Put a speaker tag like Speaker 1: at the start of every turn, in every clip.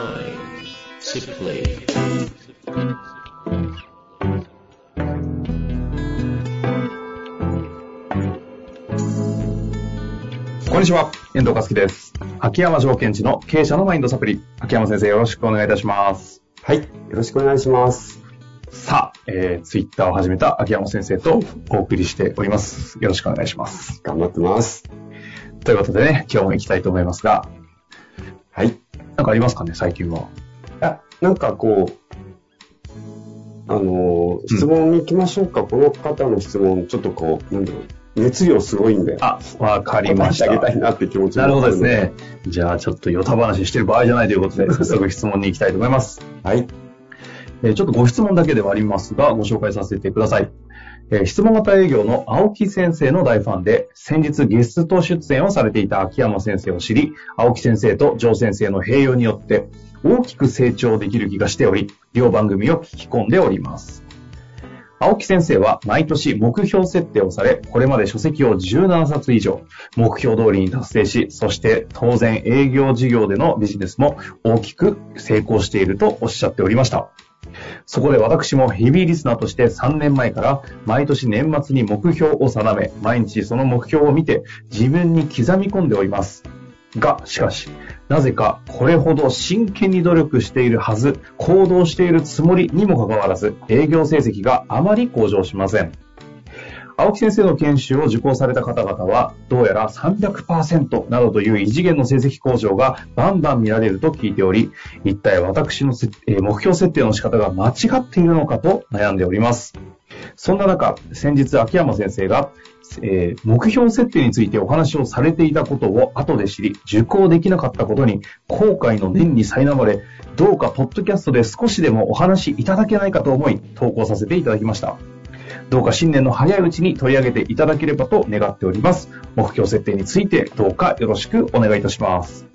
Speaker 1: Mind Sipley.
Speaker 2: こんにちは、遠藤和樹です。秋山条件地の経営者のマインドサプリ。秋山先生、よろしくお願いいたします。
Speaker 3: はい。よろしくお願いします。
Speaker 2: さあ、えー、ツイッターを始めた秋山先生とお送りしております。よろしくお願いします。
Speaker 3: 頑張ってます。
Speaker 2: ということでね、今日も行きたいと思いますが、
Speaker 3: はい。
Speaker 2: なんかありますかね、最近は。
Speaker 3: あ、なんかこう、あのー質問に行きましょうか。この方の質問、ちょっとこう、なんだろう、熱量すごいんで。
Speaker 2: あ、わかりました
Speaker 3: 答え。てあげたいなって気持ち
Speaker 2: なるほどです
Speaker 3: ね。
Speaker 2: ね。じゃあ、ちょっとヨタ話してる場合じゃないということ で、早速質問に行きたいと思います。
Speaker 3: はい。
Speaker 2: えーちょっとご質問だけではありますが、ご紹介させてください。えー質問型営業の青木先生の大ファンで、先日ゲスト出演をされていた秋山先生を知り、青木先生と城先生の併用によって、大きく成長できる気がしており、両番組を聞き込んでおります。青木先生は毎年目標設定をされ、これまで書籍を17冊以上、目標通りに達成し、そして当然営業事業でのビジネスも大きく成功しているとおっしゃっておりました。そこで私もヘビーリスナーとして3年前から毎年年末に目標を定め、毎日その目標を見て自分に刻み込んでおります。が、しかし、なぜかこれほど真剣に努力しているはず、行動しているつもりにもかかわらず、営業成績があまり向上しません。青木先生の研修を受講された方々は、どうやら300%などという異次元の成績向上がバンバン見られると聞いており、一体私のせえー目標設定の仕方が間違っているのかと悩んでおります。そんな中、先日秋山先生が、えー目標設定についてお話をされていたことを後で知り、受講できなかったことに後悔の念に苛まれ、どうかポッドキャストで少しでもお話いただけないかと思い、投稿させていただきました。どうか新年の早いうちに取り上げていただければと願っております。目標設定についてどうかよろしくお願いいたします。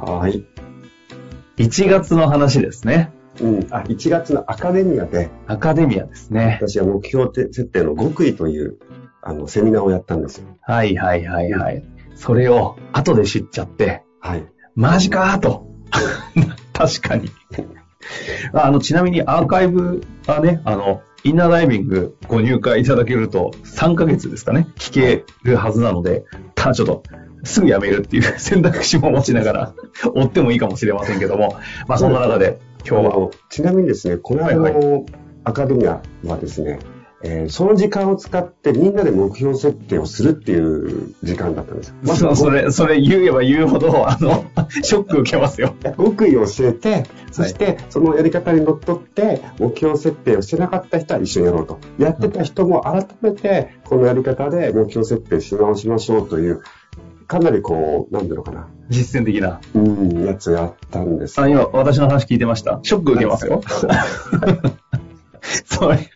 Speaker 3: はい。
Speaker 2: 1月の話ですね。
Speaker 3: うん。あ、1月のアカデミアで、
Speaker 2: アカデミアですね。
Speaker 3: 私は目標て設定の極意という、あの、セミナーをやったんですよ。
Speaker 2: はいはいはいはい。それを後で知っちゃって、
Speaker 3: はい。
Speaker 2: マジかーと。 確かに。あの、ちなみにアーカイブはね、あの、インナーダイビングご入会いただけると3ヶ月ですかね、聞けるはずなので、ただちょっと、すぐやめるっていう 選択肢も持ちながら、追ってもいいかもしれませんけども、まあそんな中で、今日
Speaker 3: あ
Speaker 2: は、
Speaker 3: のちなみにですね、この間
Speaker 2: はい
Speaker 3: のアカデミアはですね、えーその時間を使ってみんなで目標設定をするっていう時間だったんですよ。まず
Speaker 2: そうそれ、それ言えば言うほど、あの、ショック受けますよ。
Speaker 3: 極意を教えて、そしてそのやり方にのっとって目標設定をしてなかった人は一緒にやろうと。やってた人も改めてこのやり方で目標設定し直しましょうという、かなりこう、なんだろうかな、
Speaker 2: 実践的な。
Speaker 3: うん、やつやったんです。
Speaker 2: あ、今、私の話聞いてました。ショック受けますよ。 それ、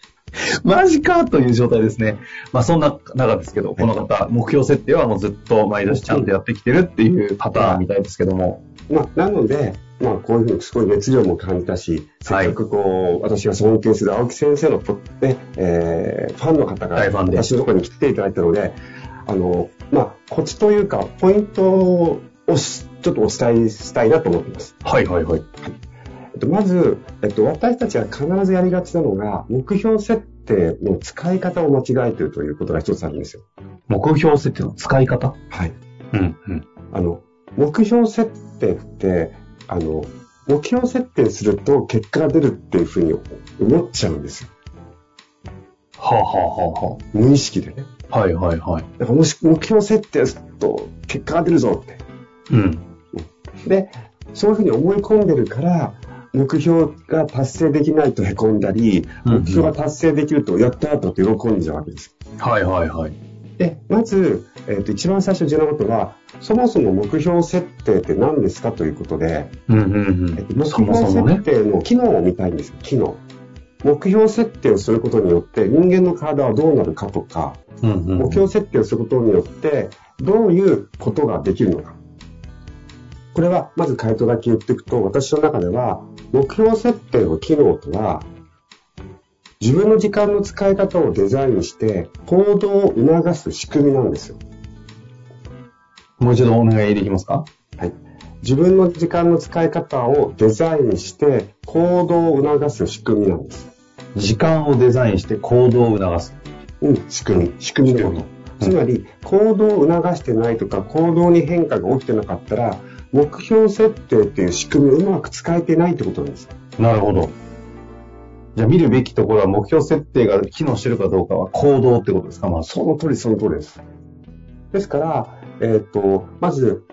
Speaker 2: マジかという状態ですね。まあ、そんな中ですけど、この方、目標設定はもうずっと毎年ちゃんとやってきてるっていうパターンみたいですけども。
Speaker 3: まあ、なので、まあ、こういうふうにすごい熱量も感じたし、せ
Speaker 2: はい
Speaker 3: っかくこう、私が尊敬する青木先生のポ、ねえーファンの方が
Speaker 2: 大ファンで
Speaker 3: 私のところに来ていただいたので、あの、まあ、コツというか、ポイントをしちょっとお伝えしたいなと思ってます。
Speaker 2: はいはいはい。
Speaker 3: えっと、まず、えっと、私たちが必ずやりがちなのが、目標設定の使い方を間違えているということが一つあるんですよ。
Speaker 2: 目標設定の使い方
Speaker 3: はい。
Speaker 2: うんうん。
Speaker 3: あの、目標設定って、あの、目標設定すると結果が出るっていうふうに思っちゃうんですよ。
Speaker 2: はあ、はあは
Speaker 3: 無意識でね。
Speaker 2: あはあ、はいはいはい。
Speaker 3: だからもし目標設定すると結果が出るぞって。
Speaker 2: うん。
Speaker 3: で、そういうふうに思い込んでるから、目標が達成できないと凹んだり、
Speaker 2: うんうん
Speaker 3: 目標が達成できるとやったーとって喜んじゃうわけです。
Speaker 2: はいはいはい。
Speaker 3: で、まず、えっ、と、一番最初に重要なことは、そもそも目標設定って何ですかということで、
Speaker 2: うんうんうん。
Speaker 3: 目
Speaker 2: そも
Speaker 3: 標
Speaker 2: そもね
Speaker 3: 設。定の機能を見たいんですよ、機能。目標設定をすることによって人間の体はどうなるかとか、
Speaker 2: うんうんう
Speaker 3: 目
Speaker 2: ん。
Speaker 3: 標設定をすることによってどういうことができるのか。これはまず回答だけ言っていくと、私の中では目標設定の機能とは、自分の時間の使い方をデザインして行動を促す仕組みなんですよ。
Speaker 2: もう一度お願いできますか
Speaker 3: はい。自分の時間の使い方をデザインして行動を促す仕組みなんです。
Speaker 2: 時間をデザインして行動を促す。
Speaker 3: うん、仕組み。仕組みのこと。つまり、行動を促してないとか、行動に変化が起きてなかったら、目標設定っていう仕組みをうまく使えてないってことなんです。
Speaker 2: なるほど。じゃあ見るべきところは目標設定が機能してるかどうかは行動ってことですかまず。
Speaker 3: その通り、その通りです。ですから、えっ、と、まず、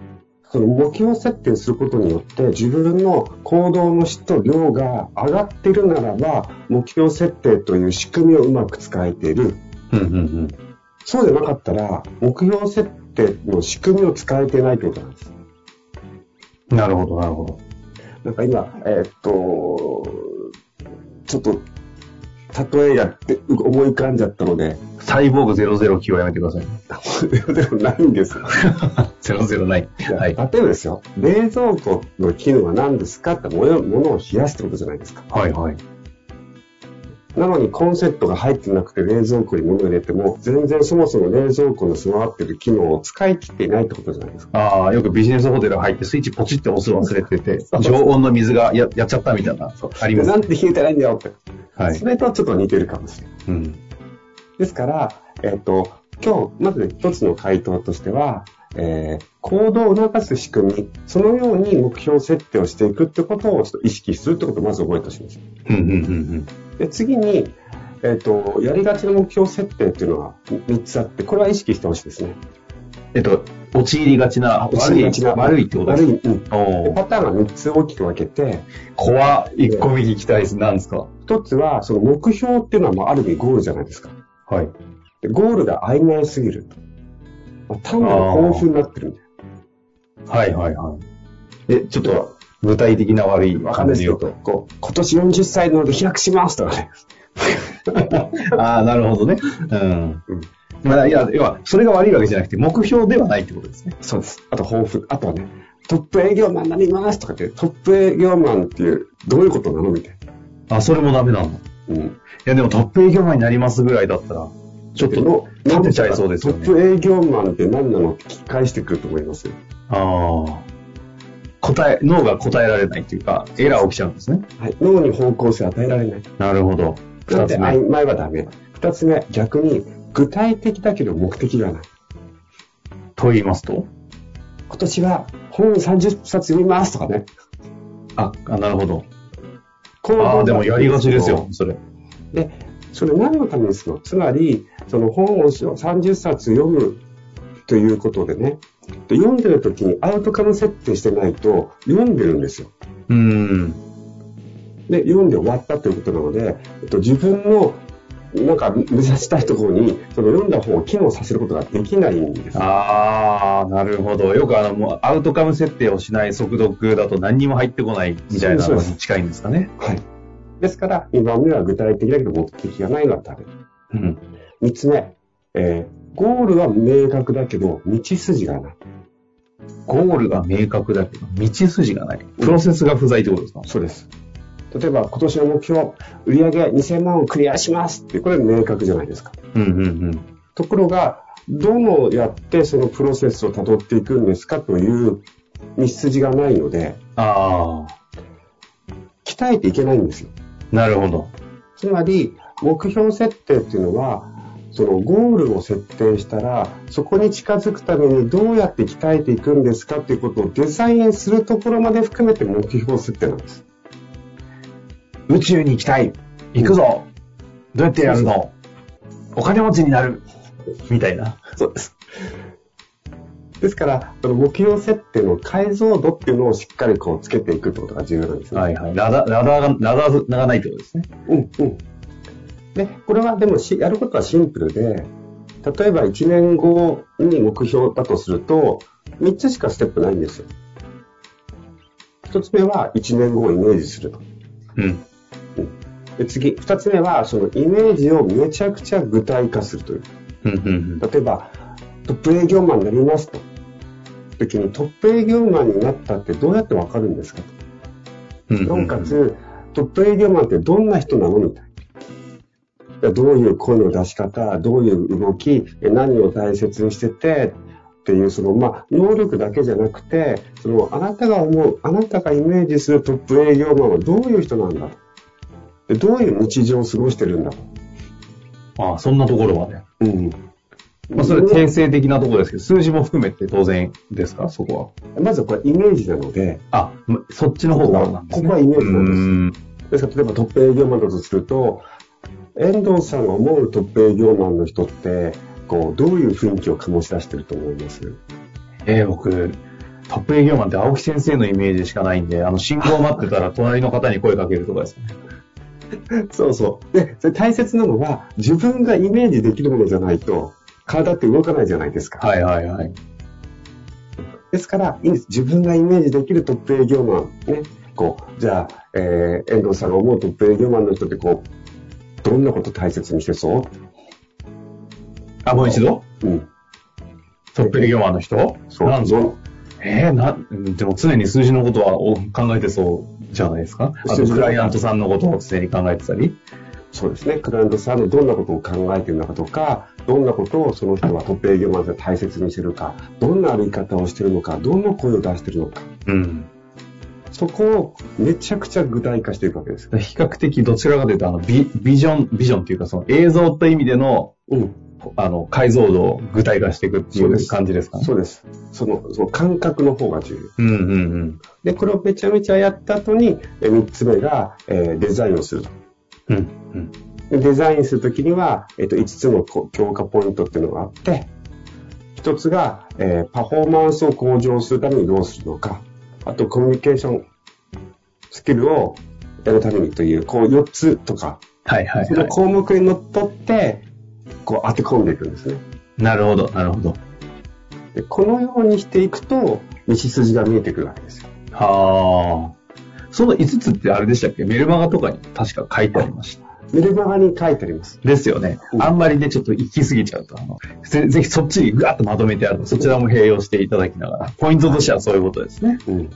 Speaker 3: その目標設定することによって、自分の行動の質と量が上がっているならば、目標設定という仕組みをうまく使えている。
Speaker 2: うんうんうん。
Speaker 3: そうでなかったら、目標設定の仕組みを使えてないということなんです。
Speaker 2: なるほど、なるほど。
Speaker 3: なんか今、えーっと、ちょっと、例えやって思い浮かんじゃったので、
Speaker 2: サイボーグ009はやめてくだ さい。
Speaker 3: でもないんです。
Speaker 2: 009。はい
Speaker 3: 例え。ばですよ、冷蔵庫の機能は何ですかってものものを冷やすってことじゃないですか。
Speaker 2: はいはい。
Speaker 3: なのにコンセントが入ってなくて冷蔵庫に物を入れても、全然そもそも冷蔵庫の備わってる機能を使い切っていないってことじゃないですか。
Speaker 2: ああ、よくビジネスホテル入ってスイッチポチって押すの忘れて て
Speaker 3: そ、う
Speaker 2: 常温の水がややっちゃったみたいな、あり
Speaker 3: で
Speaker 2: ます
Speaker 3: な。んて冷えてないんだよって。
Speaker 2: はい
Speaker 3: そ。れとちょっと似てるかもしれない。
Speaker 2: うん。
Speaker 3: ですから、えっ、と、今日、まず一つの回答としては、えー行動を促す仕組み、そのように目標設定をしていくってことをちょっと意識するってことをまず覚えてほしいんです。
Speaker 2: うんうんうん
Speaker 3: で、次に、えっ、と、やりがちな目標設定っていうのは3つあって、これは意識してほしいですね。
Speaker 2: うん。えっと、陥りがちな、
Speaker 3: 陥りがちな
Speaker 2: 悪い悪いってことです
Speaker 3: 悪い、うん。で
Speaker 2: かおー
Speaker 3: パターンが3つ大きく分けて、
Speaker 2: 怖い。一個目聞きたいです。何ですか
Speaker 3: 1つは、その目標っていうのは、まあ、ある意味ゴールじゃないですか。
Speaker 2: はい。
Speaker 3: でゴールが曖昧すぎると。まあ、単なる興奮になってるみたいな。
Speaker 2: はいはいはい。え、ちょっと、具体的な悪い
Speaker 3: わかんないですけど、こう、今年40歳なので飛躍しますとか ね。
Speaker 2: ああ、なるほどね。うん。
Speaker 3: うん
Speaker 2: まあ、いや、要は、それが悪いわけじゃなくて、目標ではないってことですね。
Speaker 3: そうです。あと、抱負。あとはね、トップ営業マンになりますとかって、トップ営業マンっていう、どういうことなのみたいな。
Speaker 2: あ、それもダメなんだ。い
Speaker 3: うん。
Speaker 2: や、でもトップ営業マンになりますぐらいだったら、ちょっと、
Speaker 3: の、
Speaker 2: 立てちゃいそうですよね
Speaker 3: トップ営業マンって何なのって聞き返してくると思いますよ。
Speaker 2: ああ、答え、脳が答えられないというか、エラー起きちゃうんですね。
Speaker 3: はい。脳に方向性与えられない。
Speaker 2: なるほど。
Speaker 3: な
Speaker 2: 二
Speaker 3: んで
Speaker 2: つ目。
Speaker 3: 曖昧はダメ。二つ目、逆に、具体的だけど目的がない。
Speaker 2: と言いますと
Speaker 3: 今年は本30冊読みますとかね。
Speaker 2: あ、あなるほど。
Speaker 3: 行動
Speaker 2: あ
Speaker 3: が
Speaker 2: あ、でもやりがちですよ、それ。
Speaker 3: で、それ何のためにするのつまり、その本を30冊読むということでね、で読んでる時にアウトカム設定してないと読んでるんですよ。
Speaker 2: うーん。
Speaker 3: で、読んで終わったということなので、えっと、自分のなんか目指したいところに、その読んだ本を機能させることができないんです。
Speaker 2: ああ、なるほど。よくあの、もうアウトカム設定をしない速読だと何にも入ってこないみたいなのに近いんですかね。
Speaker 3: はい。ですから、2番目は具体的だけど目的がないのはダメ。
Speaker 2: うん。
Speaker 3: 3つ目、えーゴールは明確だけど、道筋がない。
Speaker 2: ゴールが明確だけど、道筋がない。プロセスが不在ってことですか
Speaker 3: そうです。例えば、今年の目標、売上2000万をクリアしますって、これ明確じゃないですか。
Speaker 2: うんうん
Speaker 3: ところが、どのやってそのプロセスを辿っていくんですかという道筋がないので、
Speaker 2: うん。ああ、
Speaker 3: 鍛えていけないんですよ。
Speaker 2: なるほど。
Speaker 3: つまり、目標設定っていうのは、そのゴールを設定したら、そこに近づくためにどうやって鍛えていくんですかっていうことをデザインするところまで含めて目標設定なんです。
Speaker 2: 宇宙に行きたい行くぞ、どうやってやるのお金持ちになるみたいな。
Speaker 3: そうです。ですから、その目標設定の解像度っていうのをしっかりこうつけていくってことが重要なんですね。
Speaker 2: はいはい。ラダラダーが、ラダーがないってことですね。
Speaker 3: うんうん。で、これはでもし、やることはシンプルで、例えば1年後に目標だとすると、3つしかステップないんですよ。1つ目は1年後をイメージすると。
Speaker 2: うん。
Speaker 3: で次、2つ目はそのイメージをめちゃくちゃ具体化するという。
Speaker 2: うんうん
Speaker 3: 例えば、トップ営業マンになりますと。時にトップ営業マンになったってどうやってわかるんですか
Speaker 2: うん。
Speaker 3: と。なおか
Speaker 2: うん
Speaker 3: つ、トップ営業マンってどんな人なのみたいな。どういう声の出し方、どういう動き、何を大切にしてて、っていう、その、まあ、能力だけじゃなくて、その、あなたが思う、あなたがイメージするトップ営業マンはどういう人なんだでどういう日常を過ごしてるんだ
Speaker 2: ああ、そんなところまで。
Speaker 3: うん。
Speaker 2: まあ、それは定性的なところですけど、数字も含めて当然ですか、そこ
Speaker 3: まずはこれイメージなので、
Speaker 2: は。あ、まそっちの方がなんですね。
Speaker 3: ここはイメージなんです
Speaker 2: す。
Speaker 3: ですから、例えばトップ営業マンだとすると、遠藤さんが思うトップ営業マンの人って、こう、どういう雰囲気を醸し出してると思います
Speaker 2: えー僕、トップ営業マンって青木先生のイメージしかないんで、あの、信号待ってたら隣の方に声かけるとかですね。
Speaker 3: そうそう。で、それ大切なのは、自分がイメージできるものじゃないと、体って動かないじゃないですか。
Speaker 2: はいはいはい。
Speaker 3: ですから、いいんです。自分がイメージできるトップ営業マン、ね。こう、じゃあ、えー遠藤さんが思うトップ営業マンの人って、こう、どんなこと大切にしてそう
Speaker 2: あ、もう一度
Speaker 3: うん。
Speaker 2: トップ営業マンの人
Speaker 3: そう。
Speaker 2: なんぞ。えー、な、でも常に数字のことはお考えてそうじゃないですか。あと、クライアントさんのことを常に考えてたり。
Speaker 3: そうですね、クライアントさんのどんなことを考えているのかとか、どんなことをその人はトップ営業マンで大切にしているか、どんな歩き方をしているのか、どんな声を出しているのか、
Speaker 2: うん。
Speaker 3: そこをめちゃくちゃ具体化していくわけです。
Speaker 2: 比較的どちらかというと、あの、ビビジョン、ビジョンっていうか、その映像という意味での
Speaker 3: うん、
Speaker 2: あの、解像度を具体化していくってい
Speaker 3: そうで
Speaker 2: う
Speaker 3: す
Speaker 2: 感じですかね。
Speaker 3: そうです。そのその感覚の方が重要。
Speaker 2: うんうんうん。
Speaker 3: で、これをめちゃめちゃやった後に、え3つ目が、えーデザインをすると。
Speaker 2: うんうん。
Speaker 3: でデザインするときには、えっと5つのこう強化ポイントっていうのがあって、1つが、えーパフォーマンスを向上するためにどうするのか、あとコミュニケーションスキルをやるためにという、こう4つとか、
Speaker 2: はいはい
Speaker 3: そ
Speaker 2: は
Speaker 3: の項目にのっとって、こう当て込んでいくんですね。
Speaker 2: い。なるほど、なるほど。
Speaker 3: でこのようにしていくと、道筋が見えてくるわけですよ。
Speaker 2: はあ。その5つってあれでしたっけメルマガとかに確か書いてありました。
Speaker 3: メルマガに書いてあります。
Speaker 2: ですよね。
Speaker 3: うん
Speaker 2: あんまりね、ちょっと行き過ぎちゃうと、あの、ぜぜひそっちにぐわっとまとめてあるのでそちらも併用していただきながら、ポイントとしてはそういうことですね。
Speaker 3: うん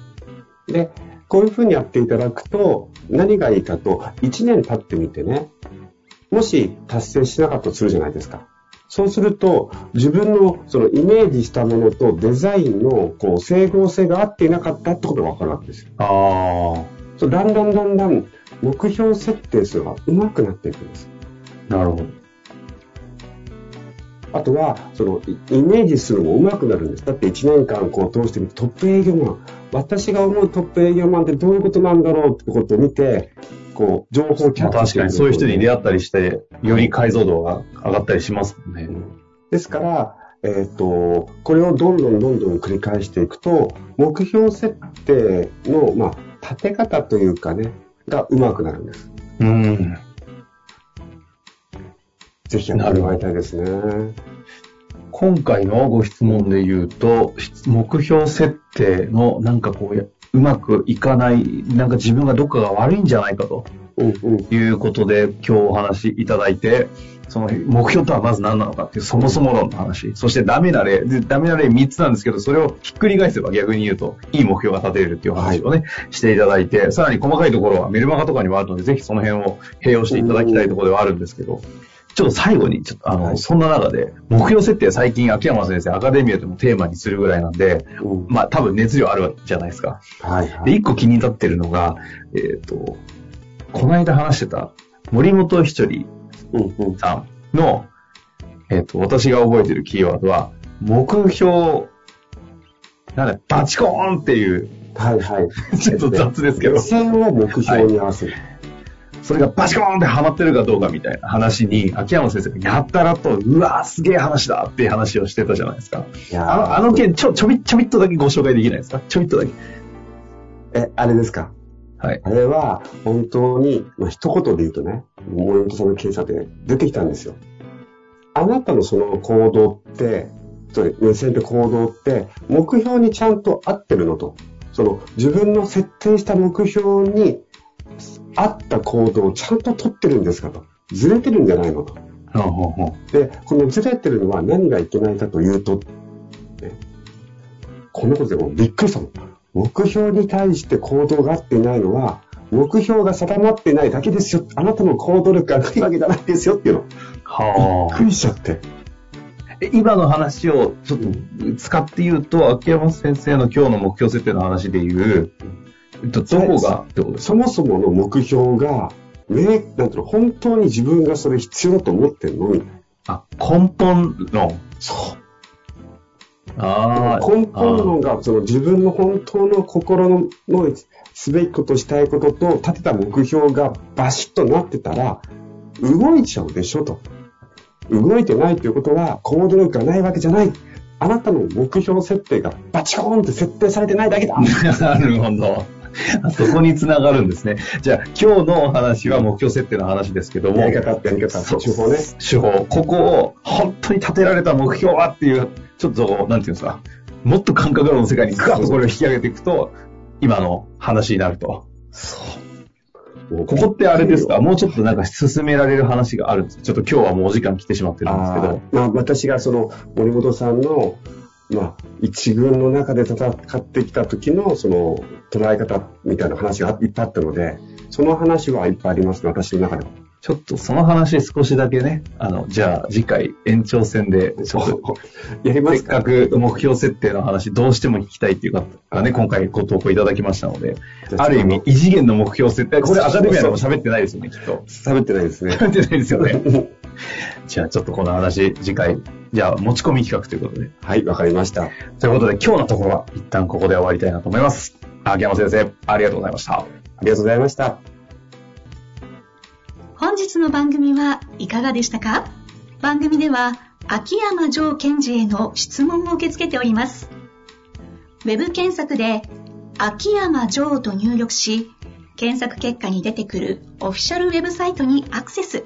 Speaker 3: で、こういうふうにやっていただくと、何がいいかと、1年経ってみてね、もし達成しなかったとするじゃないですか。そうすると、自分のそのイメージしたものとデザインのこう整合性が合っていなかったってことがわかるわけですよ。
Speaker 2: ああ。
Speaker 3: そうだんだんだんだん目標設定数が上手くなっていくんです。
Speaker 2: なるほど。
Speaker 3: あとは、その、イイメージするのも上手くなるんです。だって1年間こう通してみて、トップ営業マン、私が思うトップ営業マンってどういうことなんだろうってことを見て、こう、情報をキャ
Speaker 2: まあ
Speaker 3: ッ
Speaker 2: 確
Speaker 3: チして
Speaker 2: か
Speaker 3: いく
Speaker 2: にそういう人に出会ったりして、より解像度が上がったりしますもんね。
Speaker 3: ですから、えっ、と、これをどんどんどんどん繰り返していくと、目標設定の、まあ、立て方というかね、が上手くなるんです。
Speaker 2: うん。
Speaker 3: ぜひやってもらいたいですね。
Speaker 2: 今回のご質問で言うと、目標設定のなんかこうや、うまくいかない、なんか自分がどっかが悪いんじゃないかと
Speaker 3: うんうん。
Speaker 2: いうことで、今日お話しいただいて、その目標とはまず何なのかっていうそもそも論の話、そしてダメな例、でダメな例3つなんですけど、それをひっくり返せば逆に言うと、いい目標が立てれるっていうお話をね、していただいて、さらに細かいところはメルマガとかにもあるので、ぜひその辺を併用していただきたいところではあるんですけど、ちょっと最後に、ちょっとあの、
Speaker 3: はい
Speaker 2: そんな中で、目標設定最近秋山先生、アカデミアでもテーマにするぐらいなんで、
Speaker 3: うん
Speaker 2: まあ多分熱量あるじゃないですか。
Speaker 3: はいは
Speaker 2: で、
Speaker 3: い。
Speaker 2: 一個気になってるのが、えっ、と、この間話してた森本ひちょり
Speaker 3: うんうん。
Speaker 2: さんの、えっ、と、私が覚えてるキーワードは、目標、なんだ、バチコーンっていう、
Speaker 3: はいは い。
Speaker 2: ちょっと雑ですけど
Speaker 3: 目、線を目標に合わせる。
Speaker 2: それがバチコーンってハマってるかどうかみたいな話に、秋山先生がやったらと、うわーすげえ話だっていう話をしてたじゃないですか。
Speaker 3: いやー
Speaker 2: あの、あの件、ちょ、ちょびっ、ちょびっとだけご紹介できないですかちょびっとだけ。
Speaker 3: え、あれですか
Speaker 2: はい。
Speaker 3: あれは、本当に、まあ、一言で言うとね、森本さんの検査で出てきたんですよ。あなたのその行動って、それ目線と行動って、目標にちゃんと合ってるのと。その、自分の設定した目標に合った行動をちゃんと取ってるんですかと。ずれてるんじゃないのと。
Speaker 2: ほうほうほう。
Speaker 3: で、このずれてるのは何がいけないかというと、ね、このことでもうびっくりしたもん。目標に対して行動が合っていないのは、目標が定まってないだけですよ。あなたの行動力がないわけじゃないですよっていうの。びっ
Speaker 2: は
Speaker 3: くりしちゃって。
Speaker 2: あ。え今の話をちょっと使って言うと、秋山先生の今日の目標設定の話で言う、えっとどこがってことですか
Speaker 3: そもそもの目標が、ね、なんていうの、本当に自分がそれ必要だと思ってんのみたいな。
Speaker 2: あ、根本論。
Speaker 3: そう。
Speaker 2: あー
Speaker 3: 根本論がその自分の本当の心のすべきことしたいことと立てた目標がバシッとなってたら動いちゃうでしょと動いてないということは行動力がないわけじゃないあなたの目標設定がバチコーンって設定されてないだけだ
Speaker 2: なるほ ど。そこにつながるんですね。じゃあ、今日のお話は目標設定の話ですけども、
Speaker 3: やり方ってやり方
Speaker 2: そう
Speaker 3: 手法ね
Speaker 2: 手法、ここを本当に立てられた目標はっていう、ちょっと、なんていうんですか、もっと感覚論の世界にグワッとこれを引き上げていくと、今の話になると。
Speaker 3: もう
Speaker 2: ここってあれですかもうちょっとなんか進められる話があるんですかちょっと今日はもうお時間来てしまってるんですけど。
Speaker 3: あーまあ、私がその森本さんの、まあ、一軍の中で戦ってきた時のその捉え方みたいな話がいっぱいあったのでその話はいっぱいありますね私の中でも
Speaker 2: ちょっとその話少しだけね、あの、じゃあ次回延長戦で、ちょっと
Speaker 3: やりま
Speaker 2: せっ
Speaker 3: すか
Speaker 2: かく目標設定の話、どうしても聞きたいっていう方がね、今回ご投稿いただきましたので、ある意味、異次元の目標設定、これアカデミアでも喋ってないですよね、きっと。
Speaker 3: 喋ってないですね
Speaker 2: 喋ってないですよね。 じゃあちょっとこの話、次回、じゃあ持ち込み企画ということで。
Speaker 3: はいわかりました
Speaker 2: ということで、今日のところは一旦ここで終わりたいなと思います。秋山先生、ありがとうございました。
Speaker 3: ありがとうございました
Speaker 4: 本日の番組はいかがでしたか番組では秋山城賢治への質問を受け付けております。ウェブ検索で秋山城と入力し、検索結果に出てくるオフィシャルウェブサイトにアクセス。